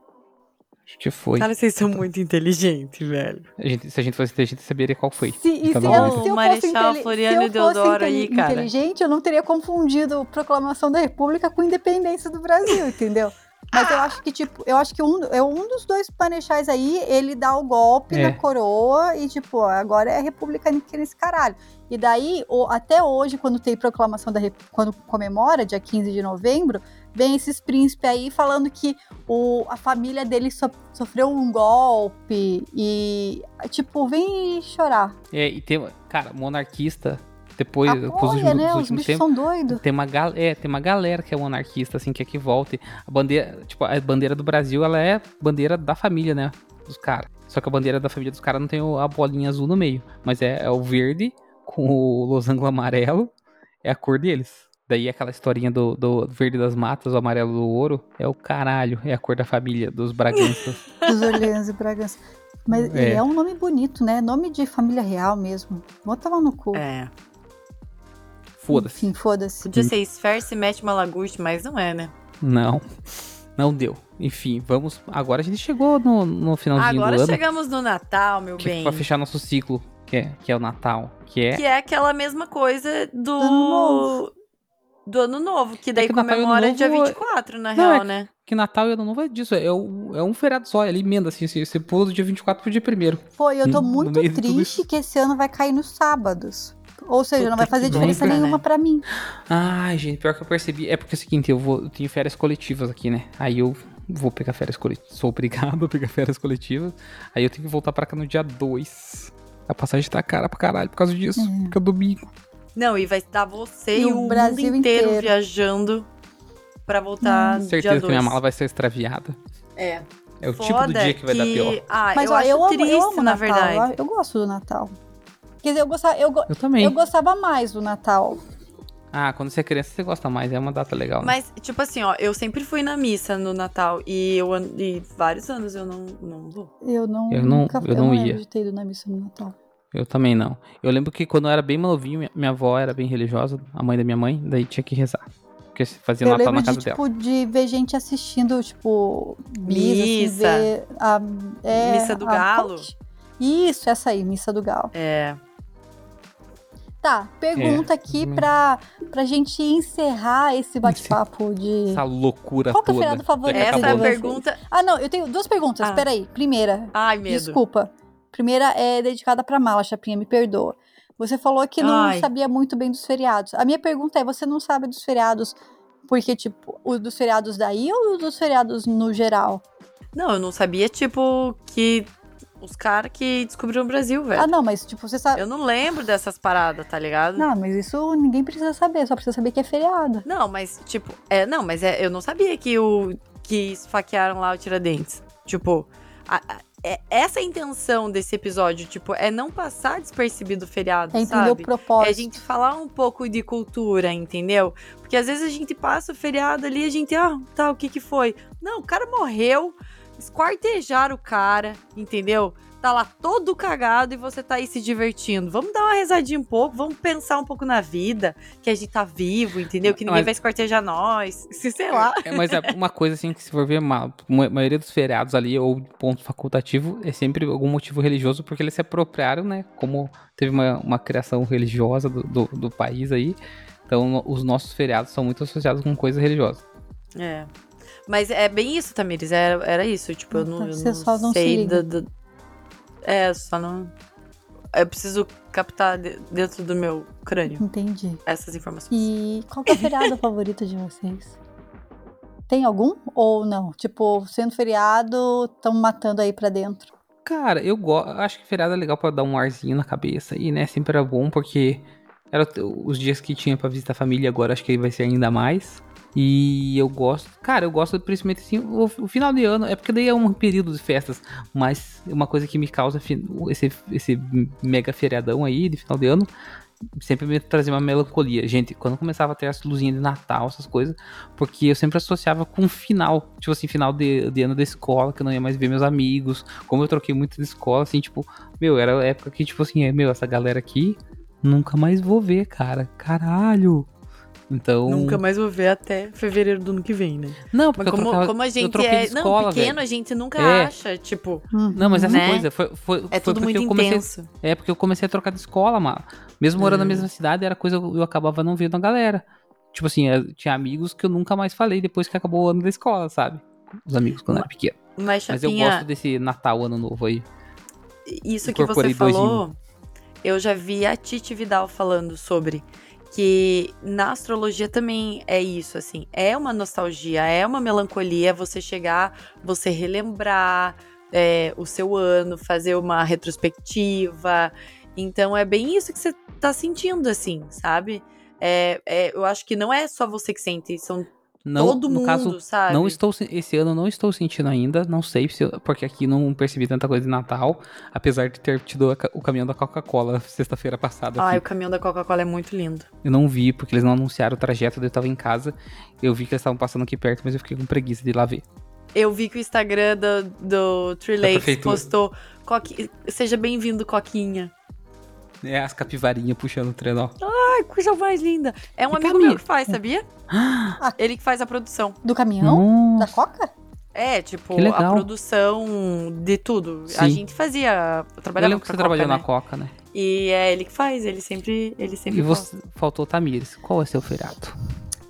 acho que foi.
Cara, vocês são muito inteligentes, velho.
A gente- se a gente fosse inteligente, saberia qual foi.
Se, e
Então
se
não
eu,
lembro.
se eu
O
fosse,
Marechal
inteli-
Floriano
se eu
e Deodoro
fosse
aí,
inte-
cara.
inteligente, eu não teria confundido a proclamação da República com a independência do Brasil, entendeu? Mas eu acho que, tipo, eu acho que um, é um dos dois panechais aí, ele dá o golpe
É.
na coroa e, tipo, ó, agora é republicano que nesse caralho. E daí, o- até hoje, quando tem proclamação da República, quando comemora, dia 15 de novembro, vem esses príncipes aí falando que o, a família dele so- sofreu um golpe e, tipo, vem chorar.
É, e tem, cara, monarquista, depois, com os
Apoia,
últimos,
né?
dos
Os
últimos
bichos
tempos,
são doidos.
tem uma, gal é, tem uma galera que é monarquista, assim, que é que volte. A bandeira, tipo, a bandeira do Brasil, ela é bandeira da família, né? Dos caras. Só que a bandeira da família dos caras não tem o- a bolinha azul no meio. Mas é, é o verde com o losango amarelo, é a cor deles. Daí aquela historinha do, do verde das matas, o amarelo do ouro, é o caralho, é a cor da família, dos braganças.
Os Orleans e Bragança. Mas
É.
e é. um nome bonito, né? Nome de família real mesmo. Bota lá no cu.
É.
Foda-se.
Enfim, foda-se.
Podia ser esferce e mete malaguste, mas não é, né?
Não. Não deu. Enfim, vamos. Agora a gente chegou no, no finalzinho
Agora
do ano.
chegamos no Natal, meu
que, é, tipo,
bem.
Pra fechar nosso ciclo, que é, que é o Natal. Que é.
Que é aquela mesma coisa do.
Do Ano Novo.
do ano novo, que daí
É que Natal e Ano
comemora
Novo
dia
é-
24, na
Não,
real,
é-
né?
Que Natal e Ano Novo é disso. É um, é um feriado só, ele emenda, assim. Você, você pula do dia 24 pro dia 1
Pô, eu tô
No
muito
meio de tudo
triste
isso.
que esse ano vai cair nos sábados. Ou seja, não vai
que
fazer diferença
bronca,
nenhuma
né?
pra mim.
Ai, gente, pior que eu percebi. É porque é o seguinte, eu, vou, eu tenho férias coletivas aqui, né? Aí eu vou pegar férias coletivas. Sou obrigado a pegar férias coletivas. Aí eu tenho que voltar pra cá no dia 2. A passagem tá cara pra caralho por causa disso.
Uhum.
Fica domingo.
Não, e vai dar você e,
E o
o
Brasil
mundo inteiro,
inteiro. Hum.
viajando pra voltar dia
Certeza que
dois.
minha mala vai ser extraviada.
É.
É o tipo
Foda
do dia que vai dar
que-
pior.
Ah,
Mas
eu
ó,
acho
eu amo,
triste,
eu amo
na
Natal.
verdade.
Eu, eu gosto do Natal. Quer dizer, eu gostava, eu, go-
Eu também.
eu gostava mais do Natal.
Ah, quando você é criança, você gosta mais. É uma data legal. né?
Mas, tipo assim, ó, eu sempre fui na missa no Natal e, eu, an- e vários anos eu não, não vou.
Eu não,
Eu não-
nunca,
eu não
lembro
ia.
de ter ido na missa no Natal.
Eu também não. Eu lembro que quando eu era bem novinho, minha, minha avó era bem religiosa, a mãe da minha mãe, daí tinha que rezar. Porque se fazia
eu
Natal
lembro
na casa
de,
dela.
tipo, de ver gente assistindo, tipo, missa, assim,
Missa.
ver a- é,
Missa do
a-
Galo.
Isso, essa aí, Missa do Galo.
É.
Tá, pergunta aqui
hum.
pra, pra gente encerrar esse bate-papo de...
Essa loucura
tipo, Qual que é o
toda.
feriado favorito?
Já
Essa
acabou. né?
é a
acabou.
pergunta.
Ah, não, eu tenho duas perguntas,
Ah.
peraí. Primeira,
Ai, medo.
desculpa. Primeira é dedicada pra Mala, Chapinha, me perdoa. Você falou que não
Ai.
sabia muito bem dos feriados. A minha pergunta é: você não sabe dos feriados porque, tipo, os dos feriados daí ou os dos feriados no geral?
Não, eu não sabia, tipo, que os caras que descobriram o Brasil, velho.
Ah, não, mas, tipo, você sabe.
É. Eu não lembro dessas paradas, tá ligado?
Não, mas isso ninguém precisa saber, só precisa saber que é feriado.
Não, mas, tipo, é, não, mas é, eu não sabia que o que esfaquearam lá o Tiradentes. Tipo, a- a- é- essa é a intenção desse episódio, tipo, é não passar despercebido o feriado,
É entender o
sabe? É
propósito.
a gente falar um pouco de cultura, entendeu? Porque às vezes a gente passa o feriado ali e a gente, ah, tá, o que que foi? Não, o cara morreu, esquartejaram o cara, entendeu? Tá lá todo cagado e você tá aí se divertindo. Vamos dar uma rezadinha um pouco, vamos pensar um pouco na vida, que a gente tá vivo, entendeu? Que ninguém
Mas-
vai esquartejar nós. Se sei lá.
É, mas é uma coisa assim que se for ver, ma- ma- a maioria dos feriados ali, ou ponto facultativo, é sempre algum motivo religioso, porque eles se apropriaram, né? Como teve uma, uma criação religiosa do, do, do país aí. Então, no- os nossos feriados são muito associados com coisa religiosa.
É. Mas é bem isso, Tamires. Era, era isso. Tipo, eu não, eu
Você
não
só não se
sei.
liga.
da- da- É, só não. Eu preciso captar de- dentro do meu crânio
Entendi.
essas informações.
E qual que é o feriado favorito de vocês? Tem algum ou não? Tipo, sendo feriado, estão matando aí pra dentro.
Cara, eu go- acho que feriado é legal pra dar um arzinho na cabeça e, né? Sempre era bom, porque era t- os dias que tinha pra visitar a família, agora acho que vai ser ainda mais. E eu gosto, cara, eu gosto principalmente assim, o, o final de ano, é porque daí é um período de festas, mas uma coisa que me causa fi- esse, esse mega feriadão aí de final de ano, sempre me trazia uma melancolia. Gente, quando começava a ter as luzinhas de Natal, essas coisas, porque eu sempre associava com o final, tipo assim, final de, de ano da escola, que eu não ia mais ver meus amigos, como eu troquei muito de escola, assim, tipo, meu, era a época que, tipo assim, é, meu, essa galera aqui, nunca mais vou ver, cara, caralho. Então.
Nunca mais vou ver até fevereiro do ano que vem, né?
Não, porque eu
Mas como,
trocava-
como a
eu
gente
troquei
é
de escola,
não, pequeno,
velho.
a gente nunca
É.
acha, tipo,
Não, mas essa
né?
coisa foi, foi, foi
é tudo
porque
muito
eu comecei,
intenso. Hum.
É porque eu comecei a trocar de escola, mano. Mesmo morando na mesma cidade, era coisa que eu acabava não vendo a galera. Tipo assim, eu tinha amigos que eu nunca mais falei depois que acabou o ano da escola, sabe? Os amigos quando eu era pequeno.
Mas,
Mas eu
é Chapinha,
gosto desse Natal, Ano Novo aí.
isso que você
Incorporei dois em um.
falou, eu já vi a Titi Vidal falando sobre que na astrologia também é isso, assim, é uma nostalgia, é uma melancolia você chegar, você relembrar é, o seu ano, fazer uma retrospectiva. Então é bem isso que você tá sentindo, assim, sabe? É, é, eu acho que não é só você que sente, são
Não,
todo
no
mundo,
caso,
sabe?
não estou se- esse ano eu não estou sentindo ainda, não sei se eu- porque aqui não percebi tanta coisa de Natal, apesar de ter tido a ca- o caminhão da Coca-Cola sexta-feira passada. aqui.
Ai, o caminhão da Coca-Cola é muito lindo.
Eu não vi, porque eles não anunciaram o trajeto, daí eu tava em casa. Eu vi que eles estavam passando aqui perto, mas eu fiquei com preguiça de ir lá ver.
Eu vi que o Instagram do, do Three
Da
Lakes
prefeitura.
postou Coqui... Seja bem-vindo, Coquinha.
É, as capivarinhas puxando o trenó.
Ai, coisa mais linda. Ah. É um
E
amigo
caminho?
meu que faz, sabia? Ele que faz a produção.
Do caminhão?
Nossa,
Da Coca?
É, tipo,
Que legal.
a produção de tudo. A
Sim.
gente fazia. Eu
eu
trabalhava
lembro que
pra
você
Coca,
trabalhou
né?
na Coca, né?
E é ele que faz, ele sempre. Ele sempre
E
um
você faltou o Tamires. Qual é seu feriado?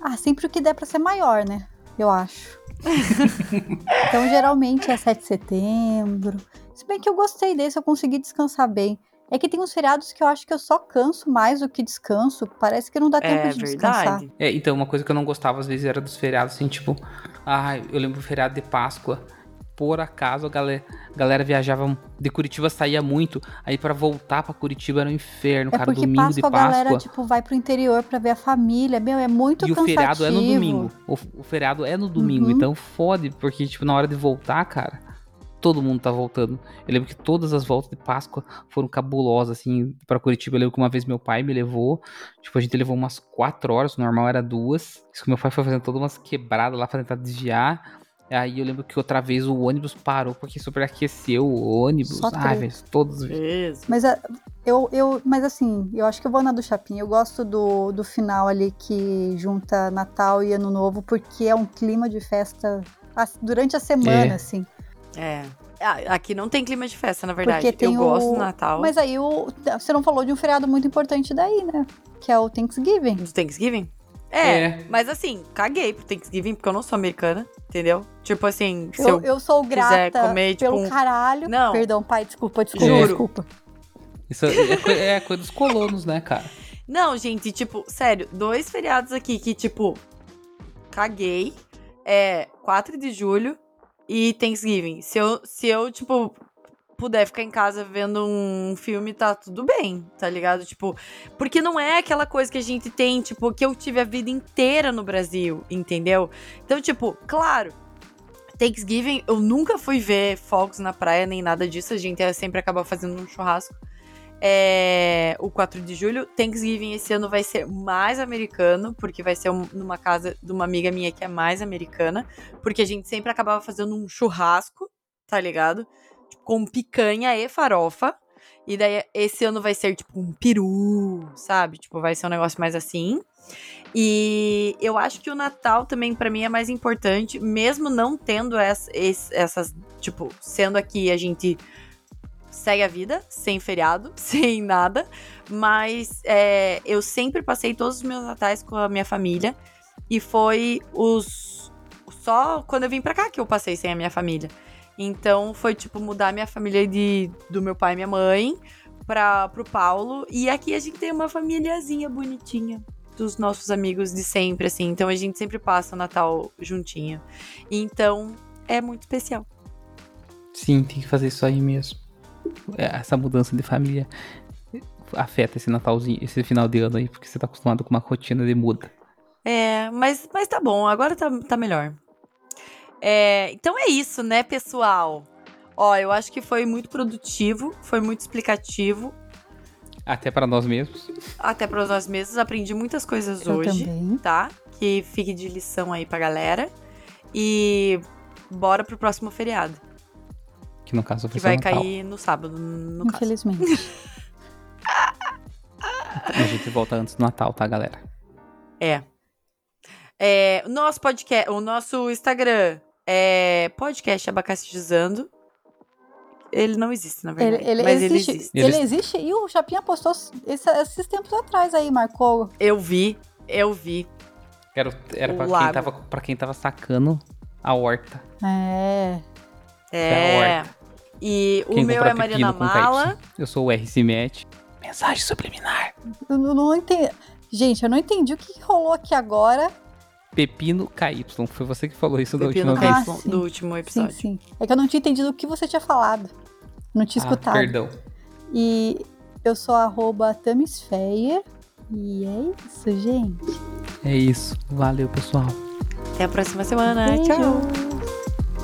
Ah, sempre o que der pra ser maior, né? Eu acho. então, geralmente é 7 de setembro. Se bem que eu gostei desse, eu consegui descansar bem. É que tem uns feriados que eu acho que eu só canso mais do que descanso. Parece que não dá tempo
É
de descansar.
verdade.
É, então, uma coisa que eu não gostava às vezes era dos feriados, assim, tipo, ai, eu lembro do feriado de Páscoa. Por acaso a galera, galera viajava de Curitiba, saía muito. Aí pra voltar pra Curitiba era um inferno,
É
cara.
porque
Domingo de
Páscoa, a galera,
Páscoa.
tipo, vai pro interior pra ver a família. Meu, é muito
E o
cansativo.
feriado é no domingo. O, o feriado é no domingo.
Uhum.
Então fode, porque, tipo, na hora de voltar, cara, todo mundo tá voltando. Eu lembro que todas as voltas de Páscoa foram cabulosas, assim, pra Curitiba. Eu lembro que uma vez meu pai me levou. Tipo, a gente levou umas quatro horas, o normal era duas. Isso que meu pai foi fazendo todas umas quebradas lá pra tentar desviar. Aí eu lembro que outra vez o ônibus parou porque superaqueceu o ônibus.
Só
Ai,
treta.
velho, todos.
Mesmo.
Mas, a- eu, eu, mas assim, eu acho que eu vou na do Chapinha. Eu gosto do, do final ali que junta Natal e Ano Novo, porque é um clima de festa as- durante a semana,
É.
assim.
É. Ah, Aqui não tem clima de festa, na verdade.
Porque tem
Eu gosto
o-
do Natal.
Mas aí o- você não falou de um feriado muito importante daí, né? Que é o Thanksgiving.
Do Thanksgiving? é.
É.
Mas assim, caguei pro Thanksgiving, porque eu não sou americana, entendeu? Tipo assim, se
Eu,
eu.
eu sou
quiser
grata
comer, tipo,
pelo
um-
caralho.
Não.
Perdão, pai, desculpa, desculpa,
Juro.
desculpa.
Isso é, coi- é coisa dos colonos, né, cara?
Não, gente, tipo, sério, dois feriados aqui que, tipo, caguei. É 4 de julho e Thanksgiving. Se eu, se eu tipo, puder ficar em casa vendo um filme, tá tudo bem, tá ligado? Tipo, porque não é aquela coisa que a gente tem, tipo, que eu tive a vida inteira no Brasil, entendeu? Então, tipo, claro. Thanksgiving, eu nunca fui ver fogos na praia nem nada disso. A gente sempre acaba fazendo um churrasco é, o 4 de julho. Thanksgiving esse ano vai ser mais americano, porque vai ser um- numa casa de uma amiga minha que é mais americana, porque a gente sempre acabava fazendo um churrasco, tá ligado? Tipo, com picanha e farofa. E daí esse ano vai ser tipo um peru, sabe? Tipo, vai ser um negócio mais assim. E eu acho que o Natal também pra mim é mais importante, mesmo não tendo essa- esse- essas, tipo, sendo aqui a gente segue a vida, sem feriado, sem nada. Mas é, eu sempre passei todos os meus natais com a minha família. E foi os. Só quando eu vim pra cá que eu passei sem a minha família. Então foi tipo mudar minha família de, do meu pai e minha mãe pra, pro Paulo. E aqui a gente tem uma famíliazinha bonitinha dos nossos amigos de sempre, assim. Então a gente sempre passa o Natal juntinho. Então é muito especial.
Sim, tem que fazer isso aí mesmo. É, Essa mudança de família afeta esse Natalzinho, esse final de ano aí, porque você tá acostumado com uma rotina de muda.
É, mas, mas tá bom, agora tá, tá melhor. É, então é isso, né, pessoal? Ó, eu acho que foi muito produtivo, foi muito explicativo,
Até pra nós mesmos.
até para nós mesmos. Aprendi muitas coisas
Eu
hoje,
também.
tá? Que fique de lição aí pra galera. E bora pro próximo feriado,
Que no caso vai
que
ser
vai
o Natal.
cair no sábado, no caso.
Infelizmente.
A gente volta antes do Natal, tá, galera?
É, o nosso podcast, o nosso Instagram é podcast abacaxizando. Ele não existe, na
Ele,
verdade,
ele
mas
existe,
ele existe.
Eles-
ele existe e o Chapinha postou esse- esses tempos atrás aí, marcou.
Eu vi, eu vi.
Era, era pra,
O
quem
lago.
tava, pra quem tava sacando a horta.
É.
É a
É. E o
Quem
meu
compra
é
pepino
Mariana
com KY.
Mala.
Eu sou o RC Match. Mensagem subliminar.
Eu não, não entendi. Gente, eu não entendi o que que rolou aqui agora.
Pepino KY. Foi você que falou isso da
Pepino
última
KY
vez.
Ah, sim.
do último
Sim,
episódio.
sim. É que eu não tinha entendido o que você tinha falado. Não tinha
Ah,
escutado.
perdão.
E eu sou arroba Tamisfeyer. E é isso, gente.
É isso. Valeu, pessoal.
Até a próxima semana.
Beijo.
Tchau.